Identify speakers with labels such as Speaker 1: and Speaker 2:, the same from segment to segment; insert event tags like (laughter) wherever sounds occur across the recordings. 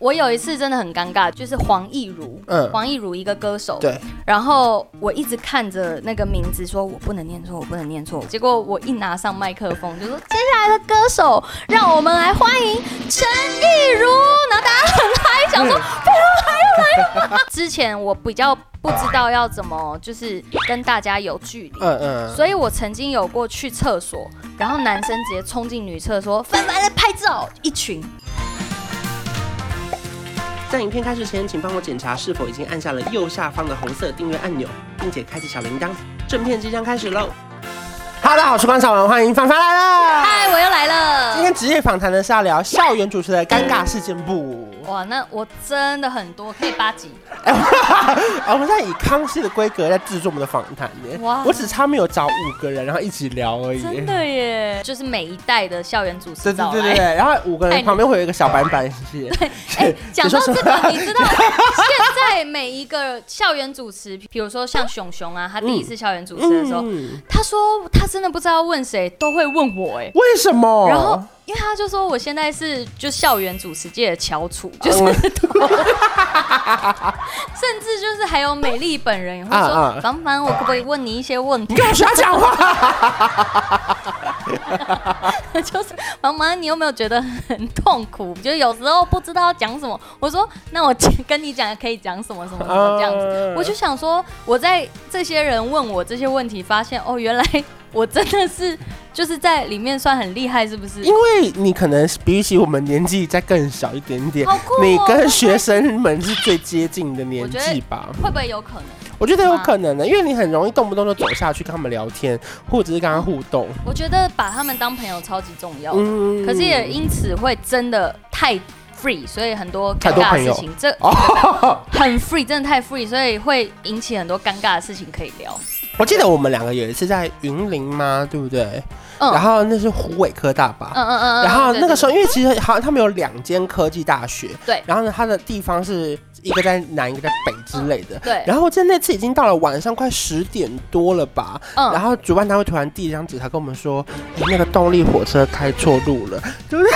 Speaker 1: 我有一次真的很尴尬，就是黄义儒，
Speaker 2: 嗯
Speaker 1: 黄义儒一个歌
Speaker 3: 哦
Speaker 1: 手，
Speaker 2: 对，
Speaker 1: 然后我一直看着那个名字，说我不能念错，我不能念错。结果我一拿上麦克风，就说接下来的歌手，让我们来欢迎陈亦儒。然后大家很嗨，想说
Speaker 2: 嗯
Speaker 1: 又来又来了。 (laughs) 之前我比较不知道要怎么，就是跟大家有距离。
Speaker 2: 嗯嗯，
Speaker 1: 所以我曾经有过去厕所，然后男生直接冲进女厕说：“翻翻来拍照！”一群，
Speaker 3: 在影片开始前，请帮我检查是否已经按下了右下方的红色订阅按钮，并且开启小铃铛。正片即将开始喽！
Speaker 2: 哈喽，大家好，我是关少文，欢迎凡凡来了。
Speaker 1: 嗨，我又来了。
Speaker 2: 今天职业访谈呢是要聊校园主持的尴尬事件簿。
Speaker 1: 哇，那我真的很多，可以八集。
Speaker 2: 哎，我我们在以康熙的规格在制作我们的访谈耶。
Speaker 1: 哇
Speaker 2: 我只差没有找五个人，然后一起聊而已。
Speaker 1: 真的耶，就是每一代的校园主持
Speaker 2: 对对
Speaker 1: 找哎
Speaker 2: 对对对，
Speaker 1: 来。
Speaker 2: 然后五个人旁边会有一个小板板鞋。
Speaker 1: 哎，讲到
Speaker 2: 你
Speaker 1: 这
Speaker 2: 说什
Speaker 1: 个，
Speaker 2: 么
Speaker 1: 你知道现在每一个校园主持，比如说像熊熊啊，他第一次校园主持的时候，
Speaker 2: (laughs) 嗯，
Speaker 1: 他说他真的不知道问谁，都会问我哎。
Speaker 2: 为什么？
Speaker 1: 然后，因为他就说我现在是就校园主持界的翘楚，
Speaker 2: 啊
Speaker 1: 就是、 (laughs) 甚至就是还有美丽本人也会
Speaker 2: 啊
Speaker 1: 说
Speaker 2: 啊，
Speaker 1: 凡凡，我可不可以问你一些问题？
Speaker 2: 跟我瞎讲话。
Speaker 1: (laughs) 就是妈妈，你有没有觉得很痛苦？就有时候不知道讲什么。我说，那我跟你讲，可以讲什么什么什么这样子。
Speaker 2: 嗯
Speaker 1: 我就想说，我在这些人问我这些问题，发现哦，原来 (laughs) 我真的是就是在里面算很厉害，是不是？
Speaker 2: 因为你可能比起我们年纪再更小一点点，
Speaker 1: 好酷哦
Speaker 2: 你跟学生们是最接近的年纪吧？
Speaker 1: 会不会有可能？
Speaker 2: 我觉得有可能的，因为你很容易动不动就走下去跟他们聊天，或者是跟他互动。
Speaker 1: 我觉得把他们当朋友超级重要的，
Speaker 2: 嗯
Speaker 1: 可是也因此会真的太 free，所以很多尴
Speaker 2: 太多
Speaker 1: 尬的
Speaker 2: 朋友
Speaker 1: 事情，这
Speaker 2: 哦， (laughs)
Speaker 1: 很 free，真的太 free，所以会引起很多尴尬的事情可以聊。
Speaker 2: 我记得我们两个有一次在云林嘛，对不对？
Speaker 1: 嗯
Speaker 2: 然后那是湖北科大吧？
Speaker 1: 嗯嗯嗯。
Speaker 2: 然后那个时
Speaker 1: 候，
Speaker 2: 候，因为其实好像他们有两间科技大学，
Speaker 1: 对
Speaker 2: 然后呢，它的地方是一个在南，一个在北之类的。
Speaker 1: 对
Speaker 2: 然后我记得那次已经到了晚上快十点多了吧，
Speaker 1: 嗯
Speaker 2: 然后主办单位突然递一张纸，他跟我们说，哎那个动力火车开错路了，对不对？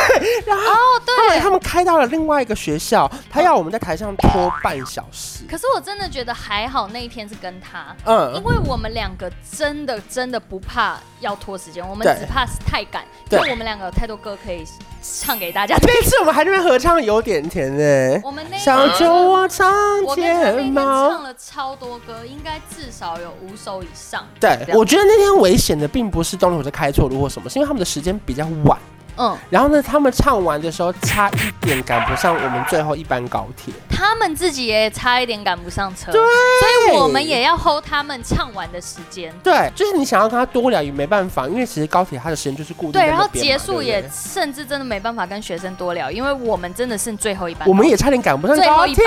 Speaker 2: 然后
Speaker 1: 哦，
Speaker 2: 后来
Speaker 1: 对。嗯
Speaker 2: 他们开到了另外一个学校，他要我们在台上拖半小时。
Speaker 1: 可是我真的觉得还好，那一天是跟他，因
Speaker 2: 嗯，
Speaker 1: 为我们两个真的真的不怕要拖时间，我们
Speaker 2: 对
Speaker 1: 只怕是太赶，因
Speaker 2: 对
Speaker 1: 为我们两个有太多歌可以唱给大家听。
Speaker 2: 那次我们还在那边合唱有点甜呢、
Speaker 1: 我们那一
Speaker 2: 小酒
Speaker 1: 天
Speaker 2: 窝藏
Speaker 1: 嗯我跟他那
Speaker 2: 睫
Speaker 1: 天
Speaker 2: 毛
Speaker 1: 唱。了超多歌，应该至少有五首以上。
Speaker 2: 对
Speaker 1: 这，样
Speaker 2: 我觉得那天危险的并不是动力火车开错路或什么，是因为他们的时间比较晚。
Speaker 1: 嗯，
Speaker 2: 然后呢，他们唱完的时候差一点赶不上我们最后一班高铁。
Speaker 1: 他们自己也差一点赶不上车，
Speaker 2: 对
Speaker 1: 所以我们也要 hold 他们唱完的时间。
Speaker 2: 对，就是你想要跟他多聊也没办法，因为其实高铁它的时间就是固定
Speaker 1: 对，
Speaker 2: 在那
Speaker 1: 然
Speaker 2: 边
Speaker 1: 后
Speaker 2: 嘛。
Speaker 1: 结束
Speaker 2: 对不
Speaker 1: 也
Speaker 2: 对
Speaker 1: 甚至真的没办法跟学生多聊，因为我们真的是最后一班。
Speaker 2: 我们也差点赶不上
Speaker 1: 最后
Speaker 2: 高
Speaker 1: 一
Speaker 2: 铁。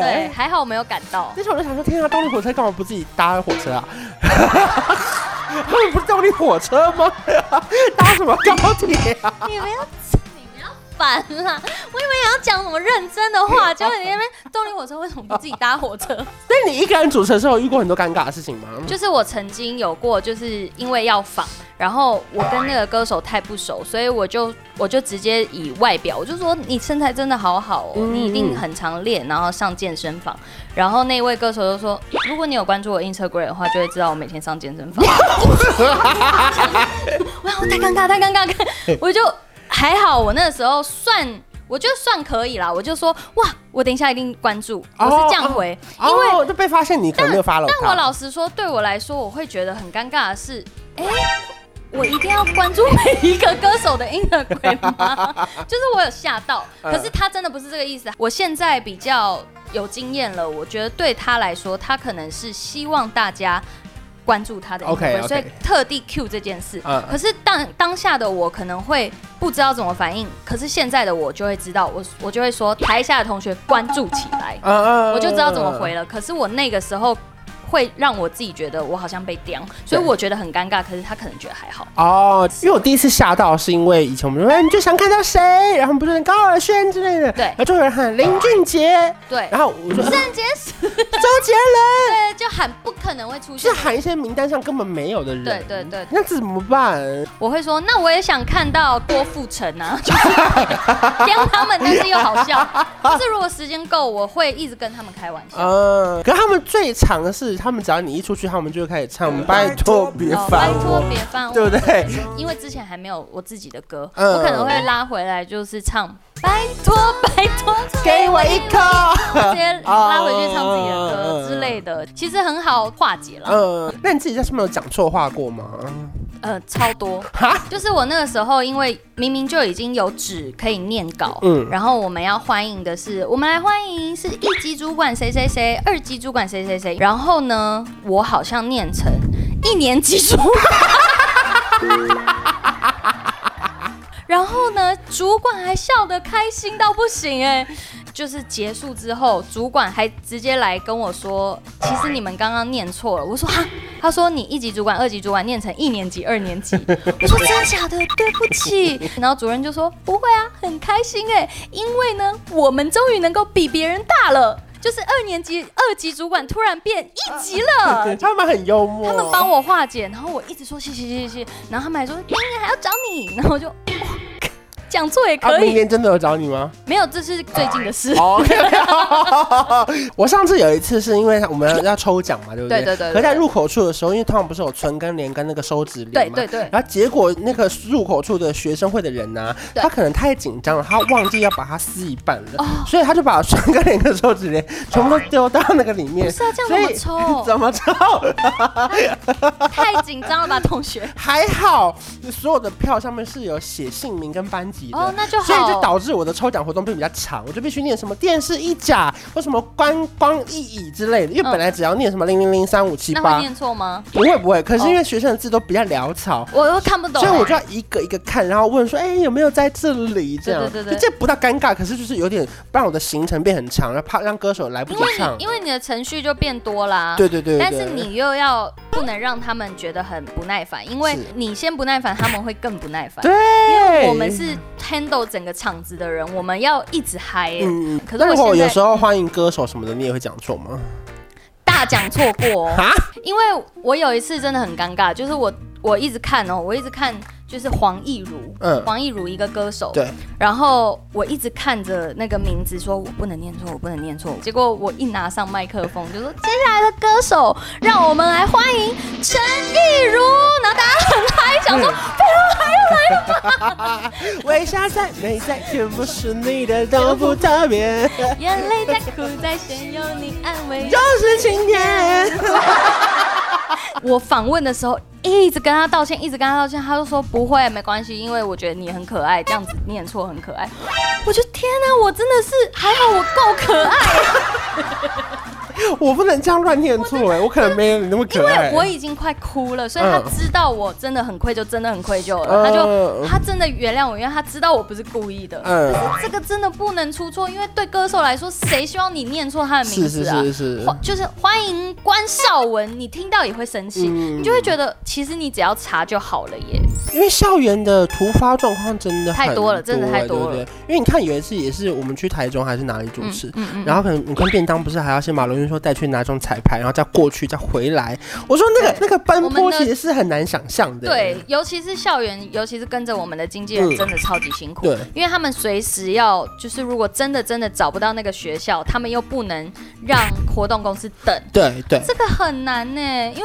Speaker 1: 对，。还好没有赶到。 (laughs)
Speaker 2: 那时候我就想说，天啊，动力火车干嘛不自己搭火车啊？ (laughs) 他们不是动力火车吗？ (laughs) 搭什么高铁
Speaker 1: (laughs)
Speaker 2: 啊？
Speaker 1: 你不要，你不要烦啦！我以为你要讲什么认真的
Speaker 2: (laughs)
Speaker 1: 话，结果你那边动力火车为什么不自己搭火车？
Speaker 2: 那你一个人主持的时候有遇过很多尴尬的事情吗？
Speaker 1: 就是我曾经有过，就是因为要访，然后我跟那个歌手太不熟，所以我就我就直接以外表，我就说你身材真的好好哦，
Speaker 2: 嗯
Speaker 1: 你一定很常练，然后上健身房。然后那位歌手就说，如果你有关注我 Instagram 的话，就会知道我每天上健身房。哇，我太尴尬，太尴尬，尴我就还好，我那时候算。我就算可以啦，我就说哇，我等一下一定关注，我是这样回，因为
Speaker 2: 哦，就被发现你可能没有发了
Speaker 1: 但我老实说，对我来说，我会觉得很尴尬的是，哎、我一定要关注每一个歌手的 Instagram
Speaker 2: (laughs)
Speaker 1: 吗？就是我有吓到，
Speaker 2: 嗯
Speaker 1: 可是他真的不是这个意思。啊我现在比较有经验了，我觉得对他来说，他可能是希望大家。关注他的
Speaker 2: OK，OK
Speaker 1: Instagram，所以特地 Q 这件事。
Speaker 2: 嗯
Speaker 1: 可是当当下的我可能会不知道怎么反应，可是现在的我就会知道，我我就会说台下的同学关注起来。
Speaker 2: 嗯嗯
Speaker 1: 我就知道怎么回。了。可是我那个时候会让我自己觉得我好像被刁，所以我觉得很尴尬。可是他可能觉得还好。
Speaker 2: 哦，因为我第一次吓到是因为以前我们说，哎，你最想看到谁？然后我们不是高尔宣之类的，
Speaker 1: 对
Speaker 2: 然后就有人喊林俊杰，
Speaker 1: 对 (laughs)
Speaker 2: 然，后我说，
Speaker 1: 圣杰斯，
Speaker 2: 周杰伦，
Speaker 1: 对，就喊不可能会出
Speaker 2: 是
Speaker 1: 现。
Speaker 2: 喊一些名单上根本没有的人。
Speaker 1: 对对对
Speaker 2: 那怎么办？
Speaker 1: 我会说，那我也想看到郭富城啊， (laughs) 就是刁他们，但是又好 (laughs) 笑。就是如果时间够，我会一直跟他们开玩笑。
Speaker 2: 嗯，可是他们最常的是，他们只要你一出去，他们就会开始唱“拜托别
Speaker 1: 哦
Speaker 2: 烦
Speaker 1: 拜托
Speaker 2: 我
Speaker 1: 别烦”，我，
Speaker 2: 对不对？
Speaker 1: 因为之前还没有我自己的歌，
Speaker 2: 嗯
Speaker 1: 我可能会拉回来，就是唱“拜托拜托
Speaker 2: 给我一
Speaker 1: 颗”，
Speaker 2: 颗
Speaker 1: 直。接拉回去唱自己的歌之类的，其实很好化解了。
Speaker 2: 嗯，那你自己在上面有讲错话过吗？
Speaker 1: 呃，超多，
Speaker 2: 哈，
Speaker 1: 就是我那个时候，因为明明就已经有纸可以念稿，
Speaker 2: 嗯
Speaker 1: 然后我们要欢迎的是，我们来欢迎是一级主管谁谁谁，二级主管谁谁谁，然后呢，我好像念成一年级主管。 (laughs) 然后呢，主管还笑得开心到不行哎、就是结束之后，主管还直接来跟我说，其实你们刚刚念错了。我说哈，他说你一级主管、二级主管念成一年级、二年级。 (laughs) 我说真的假的？对不起。然后主任就说不会啊，很开心哎、因为呢，我们终于能够比别人大了。就是二年级二级主管突然变一级了，
Speaker 2: 他们很幽默。
Speaker 1: 呃他们帮我化解，然后我一直说谢谢谢谢谢谢，然后他们还说明年还要找你，然后我就 (laughs) 哇讲座也
Speaker 2: 啊，
Speaker 1: 可
Speaker 2: 明
Speaker 1: 以，
Speaker 2: 年真的有找你吗？
Speaker 1: 没有，这是最近的事。
Speaker 2: (laughs) 哦，没有没有我上次有一次是因为我们要抽奖嘛，对不对？
Speaker 1: 对对对对
Speaker 2: 可是在入口处的时候，因为通常不是有唇跟脸跟那个收指脸嘛，
Speaker 1: 对对对
Speaker 2: 然后结果那个入口处的学生会的人呢、啊
Speaker 1: 对哦
Speaker 2: 他可能太紧张了，他忘记要把它撕一半了，所以他就把唇跟脸跟手指脸全部都丢到那个里面。
Speaker 1: 不是啊这样
Speaker 2: 所以
Speaker 1: 怎么抽
Speaker 2: (laughs) 怎么抽？
Speaker 1: 太紧张了吧，同学？
Speaker 2: (laughs) 还好所有的票上面是有写姓名跟班级的，
Speaker 1: 哦那就好
Speaker 2: 所以就导致我的抽奖活动并比较长，我就必须念什么电视一甲或什么观光一乙之类的，因为
Speaker 1: 嗯
Speaker 2: 本来只要念什么零零零三五七
Speaker 1: 那会
Speaker 2: 八，
Speaker 1: 念错吗？
Speaker 2: 不会不会，可是因为学生的字都比较潦草。
Speaker 1: 我又看不懂、哎
Speaker 2: 所以我就要一个一个看，然后问说，哎、有没有在这里？这样，
Speaker 1: 对对对对
Speaker 2: 就这不到尴尬，可是就是有点不让我的行程变很长，然后怕让歌手来不
Speaker 1: 因
Speaker 2: 及
Speaker 1: 为
Speaker 2: 唱
Speaker 1: 你。因为你的程序就变多啦。
Speaker 2: 对对对对
Speaker 1: 但是你又要不能让他们觉得很不耐烦，因为
Speaker 2: 是
Speaker 1: 你先不耐烦，他们会更不耐烦。
Speaker 2: 对，
Speaker 1: 我们是 handle 整个场子的人，我们要一直嗨、欸。
Speaker 2: 嗯，
Speaker 1: 可是
Speaker 2: 那
Speaker 1: 我
Speaker 2: 如果
Speaker 1: 现在
Speaker 2: 有时候欢迎歌手什么的，你也会讲错吗？
Speaker 1: 大讲错过、哦。
Speaker 2: 啊？
Speaker 1: 因为我有一次真的很尴尬，就是我我一直看哦，我一直看就是黄义儒，
Speaker 2: 嗯
Speaker 1: 黄义儒一个歌手，
Speaker 2: 对，
Speaker 1: 然后我一直看着那个名字，说我不能念错，我不能念错。结果我一拿上麦克风，就说接下来的歌手，让我们来欢迎陈亦儒。然后大家很嗨，想 (laughs)
Speaker 2: 嗯
Speaker 1: 说
Speaker 2: 为啥在没在？全部是你的都不特别，
Speaker 1: 眼泪在哭在炫有你安
Speaker 2: (laughs)
Speaker 1: 慰
Speaker 2: 都。是晴天。
Speaker 1: 我访问的时候一直跟他道歉，一直跟他道歉，他就说不会，没关系，因为我觉得你很可爱，这样子念错很可爱。我就天哪、我真的是还好我够可爱，
Speaker 2: 我不能这样乱念错哎，我可能没有你那么
Speaker 1: 因
Speaker 2: 可爱
Speaker 1: 为。我已经快哭了，所以他
Speaker 2: 嗯
Speaker 1: 知道我真的很愧疚，真的很愧疚
Speaker 2: 嗯
Speaker 1: 了，他就他真的原谅我，因为他知道我不是故意的。
Speaker 2: 嗯，
Speaker 1: 这个真的不能出错，因为对歌手来说，谁希望你念错他的名字
Speaker 2: 是是
Speaker 1: 啊？
Speaker 2: 是是
Speaker 1: 欢，就是欢迎关少文，你听到也会生气，
Speaker 2: 嗯
Speaker 1: 你就会觉得其实你只要查就好了耶。
Speaker 2: 因为校园的突发状况真的很
Speaker 1: 太多了真的太多了
Speaker 2: 对不对因为你看有一次也是我们去台中还是哪里主持，
Speaker 1: 嗯嗯
Speaker 2: 然后可能你跟便当不是还要先把龙运说带去哪种彩排，然后再过去再回来。我说那个那个奔
Speaker 1: 我
Speaker 2: 波
Speaker 1: 们的
Speaker 2: 其实是很难想象的。
Speaker 1: 对，尤其是校园，尤其是跟着我们的经纪人，
Speaker 2: 嗯
Speaker 1: 真的超级辛苦。
Speaker 2: 对
Speaker 1: 因为他们随时要，就是如果真的真的找不到那个学校，他们又不能让活动公司等，
Speaker 2: 对对
Speaker 1: 这个很难呢、因为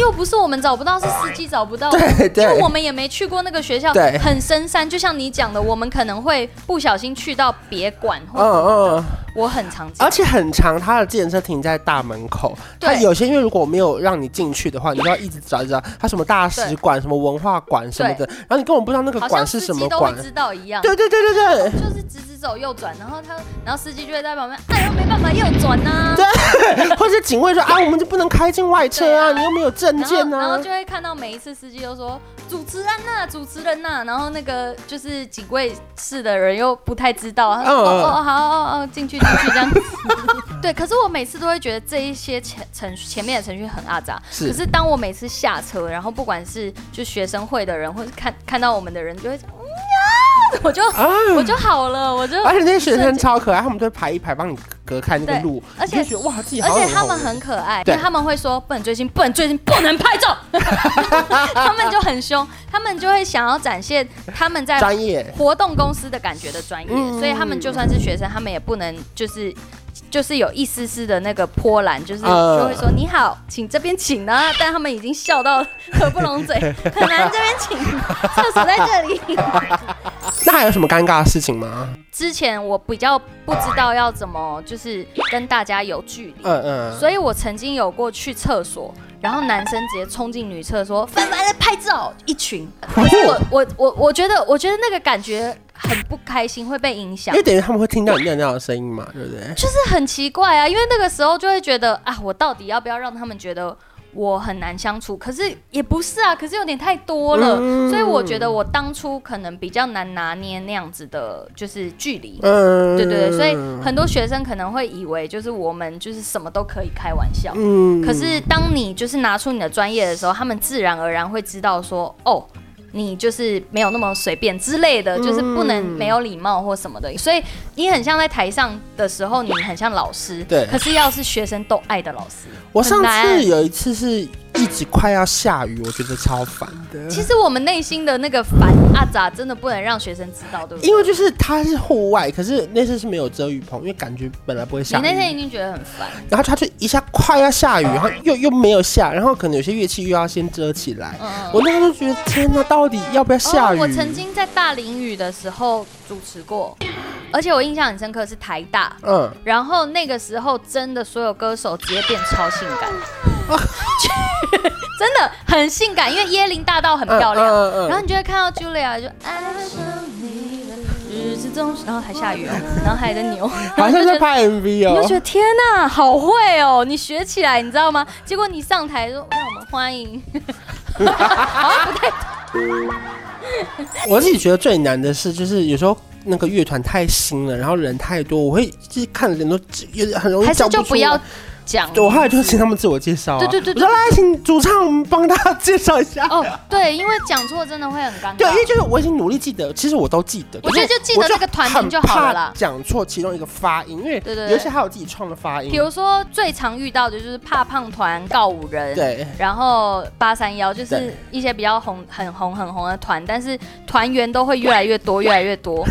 Speaker 1: 又不是我们找不到，是司机找不到。
Speaker 2: 对
Speaker 1: 因为
Speaker 2: 对
Speaker 1: 我，们也没去过那个学校，
Speaker 2: 对
Speaker 1: 很深山。就像你讲的，我们可能会不小心去到别馆，
Speaker 2: 嗯嗯。
Speaker 1: 我很常见。
Speaker 2: 而且很长，他的自行车停在大门口。
Speaker 1: 对
Speaker 2: 它有些因为如果没有让你进去的话，你就要一直找一直找，它什么大使馆、什么文化馆什么的，然后你根本不知道那个
Speaker 1: 好像
Speaker 2: 馆
Speaker 1: 司
Speaker 2: 是
Speaker 1: 机
Speaker 2: 什么
Speaker 1: 都
Speaker 2: 馆啊
Speaker 1: 会。知道一样。
Speaker 2: 对对对对对。
Speaker 1: 就是直直走右转，然后他，然后司机就会在旁边，哎呦没办法右转啊呐、
Speaker 2: 或者警卫说啊，我们就不能开进外车啊，
Speaker 1: 对啊
Speaker 2: 你又没有证
Speaker 1: 然后
Speaker 2: 件
Speaker 1: 然
Speaker 2: 啊
Speaker 1: 后就。会看到每一次司机都说主持人呐、主持人呐、然后那个就是警卫室的人又不太知道，他说
Speaker 2: 嗯
Speaker 1: 哦
Speaker 2: 嗯
Speaker 1: 哦哦好哦哦进去进去这 (laughs) 样子。对，可是我每次都会觉得这一些前程序前面的程序很阿杂，
Speaker 2: 是
Speaker 1: 可是当我每次下车，然后不管是就学生会的人，或是看看到我们的人，就会讲。嗯呀我
Speaker 2: (laughs)
Speaker 1: 就
Speaker 2: 啊！
Speaker 1: 我就好了，我就
Speaker 2: 而且那些学生超可爱，他们都会排一排帮你隔开那个
Speaker 1: 对
Speaker 2: 路，
Speaker 1: 而且
Speaker 2: 你就觉得哇自己
Speaker 1: 而
Speaker 2: 好
Speaker 1: 且
Speaker 2: 有
Speaker 1: 他们
Speaker 2: 红
Speaker 1: 很可爱，因
Speaker 2: 对
Speaker 1: 为他们会说不能追星，不能追星，不能拍
Speaker 2: (laughs)
Speaker 1: 照， (laughs) 他们就很凶，他们就会想要展现他们在
Speaker 2: 专业，
Speaker 1: 活动公司的感觉的专业，
Speaker 2: 嗯
Speaker 1: 所以他们就算是学生，他们也不能就是。就是有一丝丝的那个波澜，就是
Speaker 2: 呃
Speaker 1: 就会说你好，请这边请呢，
Speaker 2: (laughs)
Speaker 1: 但他们已经笑到合不拢嘴，很难这边请，厕所在这里。
Speaker 2: 那还有什么尴尬的事情吗？
Speaker 1: 之前我比较不知道要怎么就是跟大家有距离，
Speaker 2: 嗯嗯，
Speaker 1: 所以我曾经有过去厕所，然后男生直接冲进女厕说：“翻翻来拍照！”一群，
Speaker 2: 哦
Speaker 1: 可是我我我我觉得我觉得那个感觉很不开心，会被影响
Speaker 2: 因为，等于他们会听到你尿尿的声音嘛，对不对？
Speaker 1: 就是很奇怪啊。因为那个时候就会觉得啊，我到底要不要让他们觉得我很难相处？可是也不是啊，可是有点太多了，
Speaker 2: 嗯
Speaker 1: 所以我觉得我当初可能比较难拿捏那样子的，就是距离。
Speaker 2: 嗯，
Speaker 1: 对对对，所以很多学生可能会以为就是我们就是什么都可以开玩笑，
Speaker 2: 嗯
Speaker 1: 可是当你就是拿出你的专业的时候，他们自然而然会知道说，哦，你就是没有那么随便之类的，就是不能没有礼貌或什么的。所以你很像在台上的时候，你很像老师，
Speaker 2: (laughs) 对
Speaker 1: 可是要是学生都爱的老师，
Speaker 2: 我
Speaker 1: 很
Speaker 2: 上次
Speaker 1: 难
Speaker 2: 有一次是一直快要下雨，我觉得超烦的。
Speaker 1: 其实我们内心的那个烦啊咋真的不能让学生知道，对不对？
Speaker 2: 因为就是它是户外，可是那次是没有遮雨棚，因为感觉本来不会
Speaker 1: 你
Speaker 2: 下雨。
Speaker 1: 那天已经觉得很烦，
Speaker 2: 然后它就一下快要下雨，然后又又没有下，然后可能有些乐器又要先遮起来。
Speaker 1: 嗯。
Speaker 2: 我那时候就觉得天哪，到底要不要下雨？
Speaker 1: 哦。我曾，经在大淋雨的时候主持过，而且我印象很深刻是台大，
Speaker 2: 嗯，
Speaker 1: 然后那个时候真的所有歌手直接变超性感，
Speaker 2: (laughs)
Speaker 1: 真的很性感，因为椰林大道很漂亮。
Speaker 2: 嗯嗯嗯
Speaker 1: 然后你就会看到 Julia 就爱上你的日子总是，然后还下
Speaker 2: (laughs)
Speaker 1: 雨哦，然后还在扭，
Speaker 2: 好
Speaker 1: (laughs) 然
Speaker 2: 像在
Speaker 1: 后就觉得
Speaker 2: 拍 MV
Speaker 1: 你就觉
Speaker 2: 哦。
Speaker 1: 得天哪，好会哦！你学起来，你知道吗？结果你上台说让我们欢迎，
Speaker 2: 啊
Speaker 1: 好像不太
Speaker 2: 我自己觉得最难的是，就是有时候那个乐团太新了，然后人太多，我会就是看人都有点很容易
Speaker 1: 还是
Speaker 2: 叫
Speaker 1: 就
Speaker 2: 出
Speaker 1: 不
Speaker 2: 来
Speaker 1: 要讲。
Speaker 2: 对，我后来就请他们自我介绍、啊。
Speaker 1: 对对对对
Speaker 2: 我说来，请主唱，我们帮他介绍一下。
Speaker 1: 哦，对，因为讲错真的会很尴
Speaker 2: 对，因为
Speaker 1: 尬。
Speaker 2: 就是我已经努力记得，其实我都记得。
Speaker 1: 我觉得就记得那个团名就好了啦
Speaker 2: 我就很怕讲错其中一个发音，因为
Speaker 1: 对对对
Speaker 2: 有一些还有自己创的发音。
Speaker 1: 比如说最常遇到的就是怕胖团告五人，
Speaker 2: 对，
Speaker 1: 然后八三幺就是
Speaker 2: 对
Speaker 1: 一些比较红、很红、很红的团，但是团员都会越来越多、越来越
Speaker 2: (laughs)
Speaker 1: 多，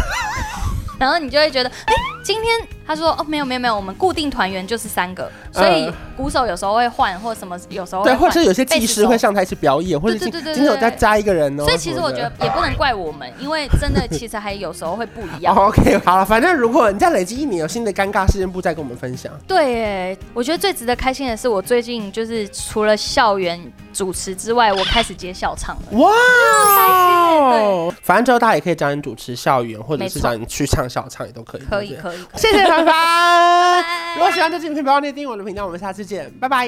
Speaker 1: 然后你就会觉得，哎、今天他说哦，没有没有没有，我们固定团员就是三个，所以
Speaker 2: 嗯
Speaker 1: 鼓手有时候会换，或什么有时候会
Speaker 2: 对，
Speaker 1: 换
Speaker 2: 或者是有些技师会。
Speaker 1: 贝斯手
Speaker 2: 上台一起表演，或者
Speaker 1: 对
Speaker 2: 是
Speaker 1: 对对对
Speaker 2: 今天有再加一个人哦。
Speaker 1: 所以其实我觉
Speaker 2: 什么
Speaker 1: 得
Speaker 2: 的。
Speaker 1: 也不能怪我们，因为真的其实还有时候会不一样。
Speaker 2: (laughs) 哦 OK，好了，反正如果你再累积一年有新的尴尬事件簿，再跟我们分享。
Speaker 1: 对耶，我觉得最值得开心的是，我最近就是除了校园主持之外，我开始接校唱了。
Speaker 2: 哇
Speaker 1: 开心
Speaker 2: 哦！反正之后大家也可以找你主持校园，或者
Speaker 1: 没
Speaker 2: 是
Speaker 1: 错
Speaker 2: 找你去唱校唱也都可以。
Speaker 1: 可以，
Speaker 2: 对不对
Speaker 1: 可以，可以。
Speaker 2: 谢谢凡凡。 (laughs)
Speaker 1: 拜
Speaker 2: 如果喜欢这期影片，不要内定我的频道，我们下次见，拜拜。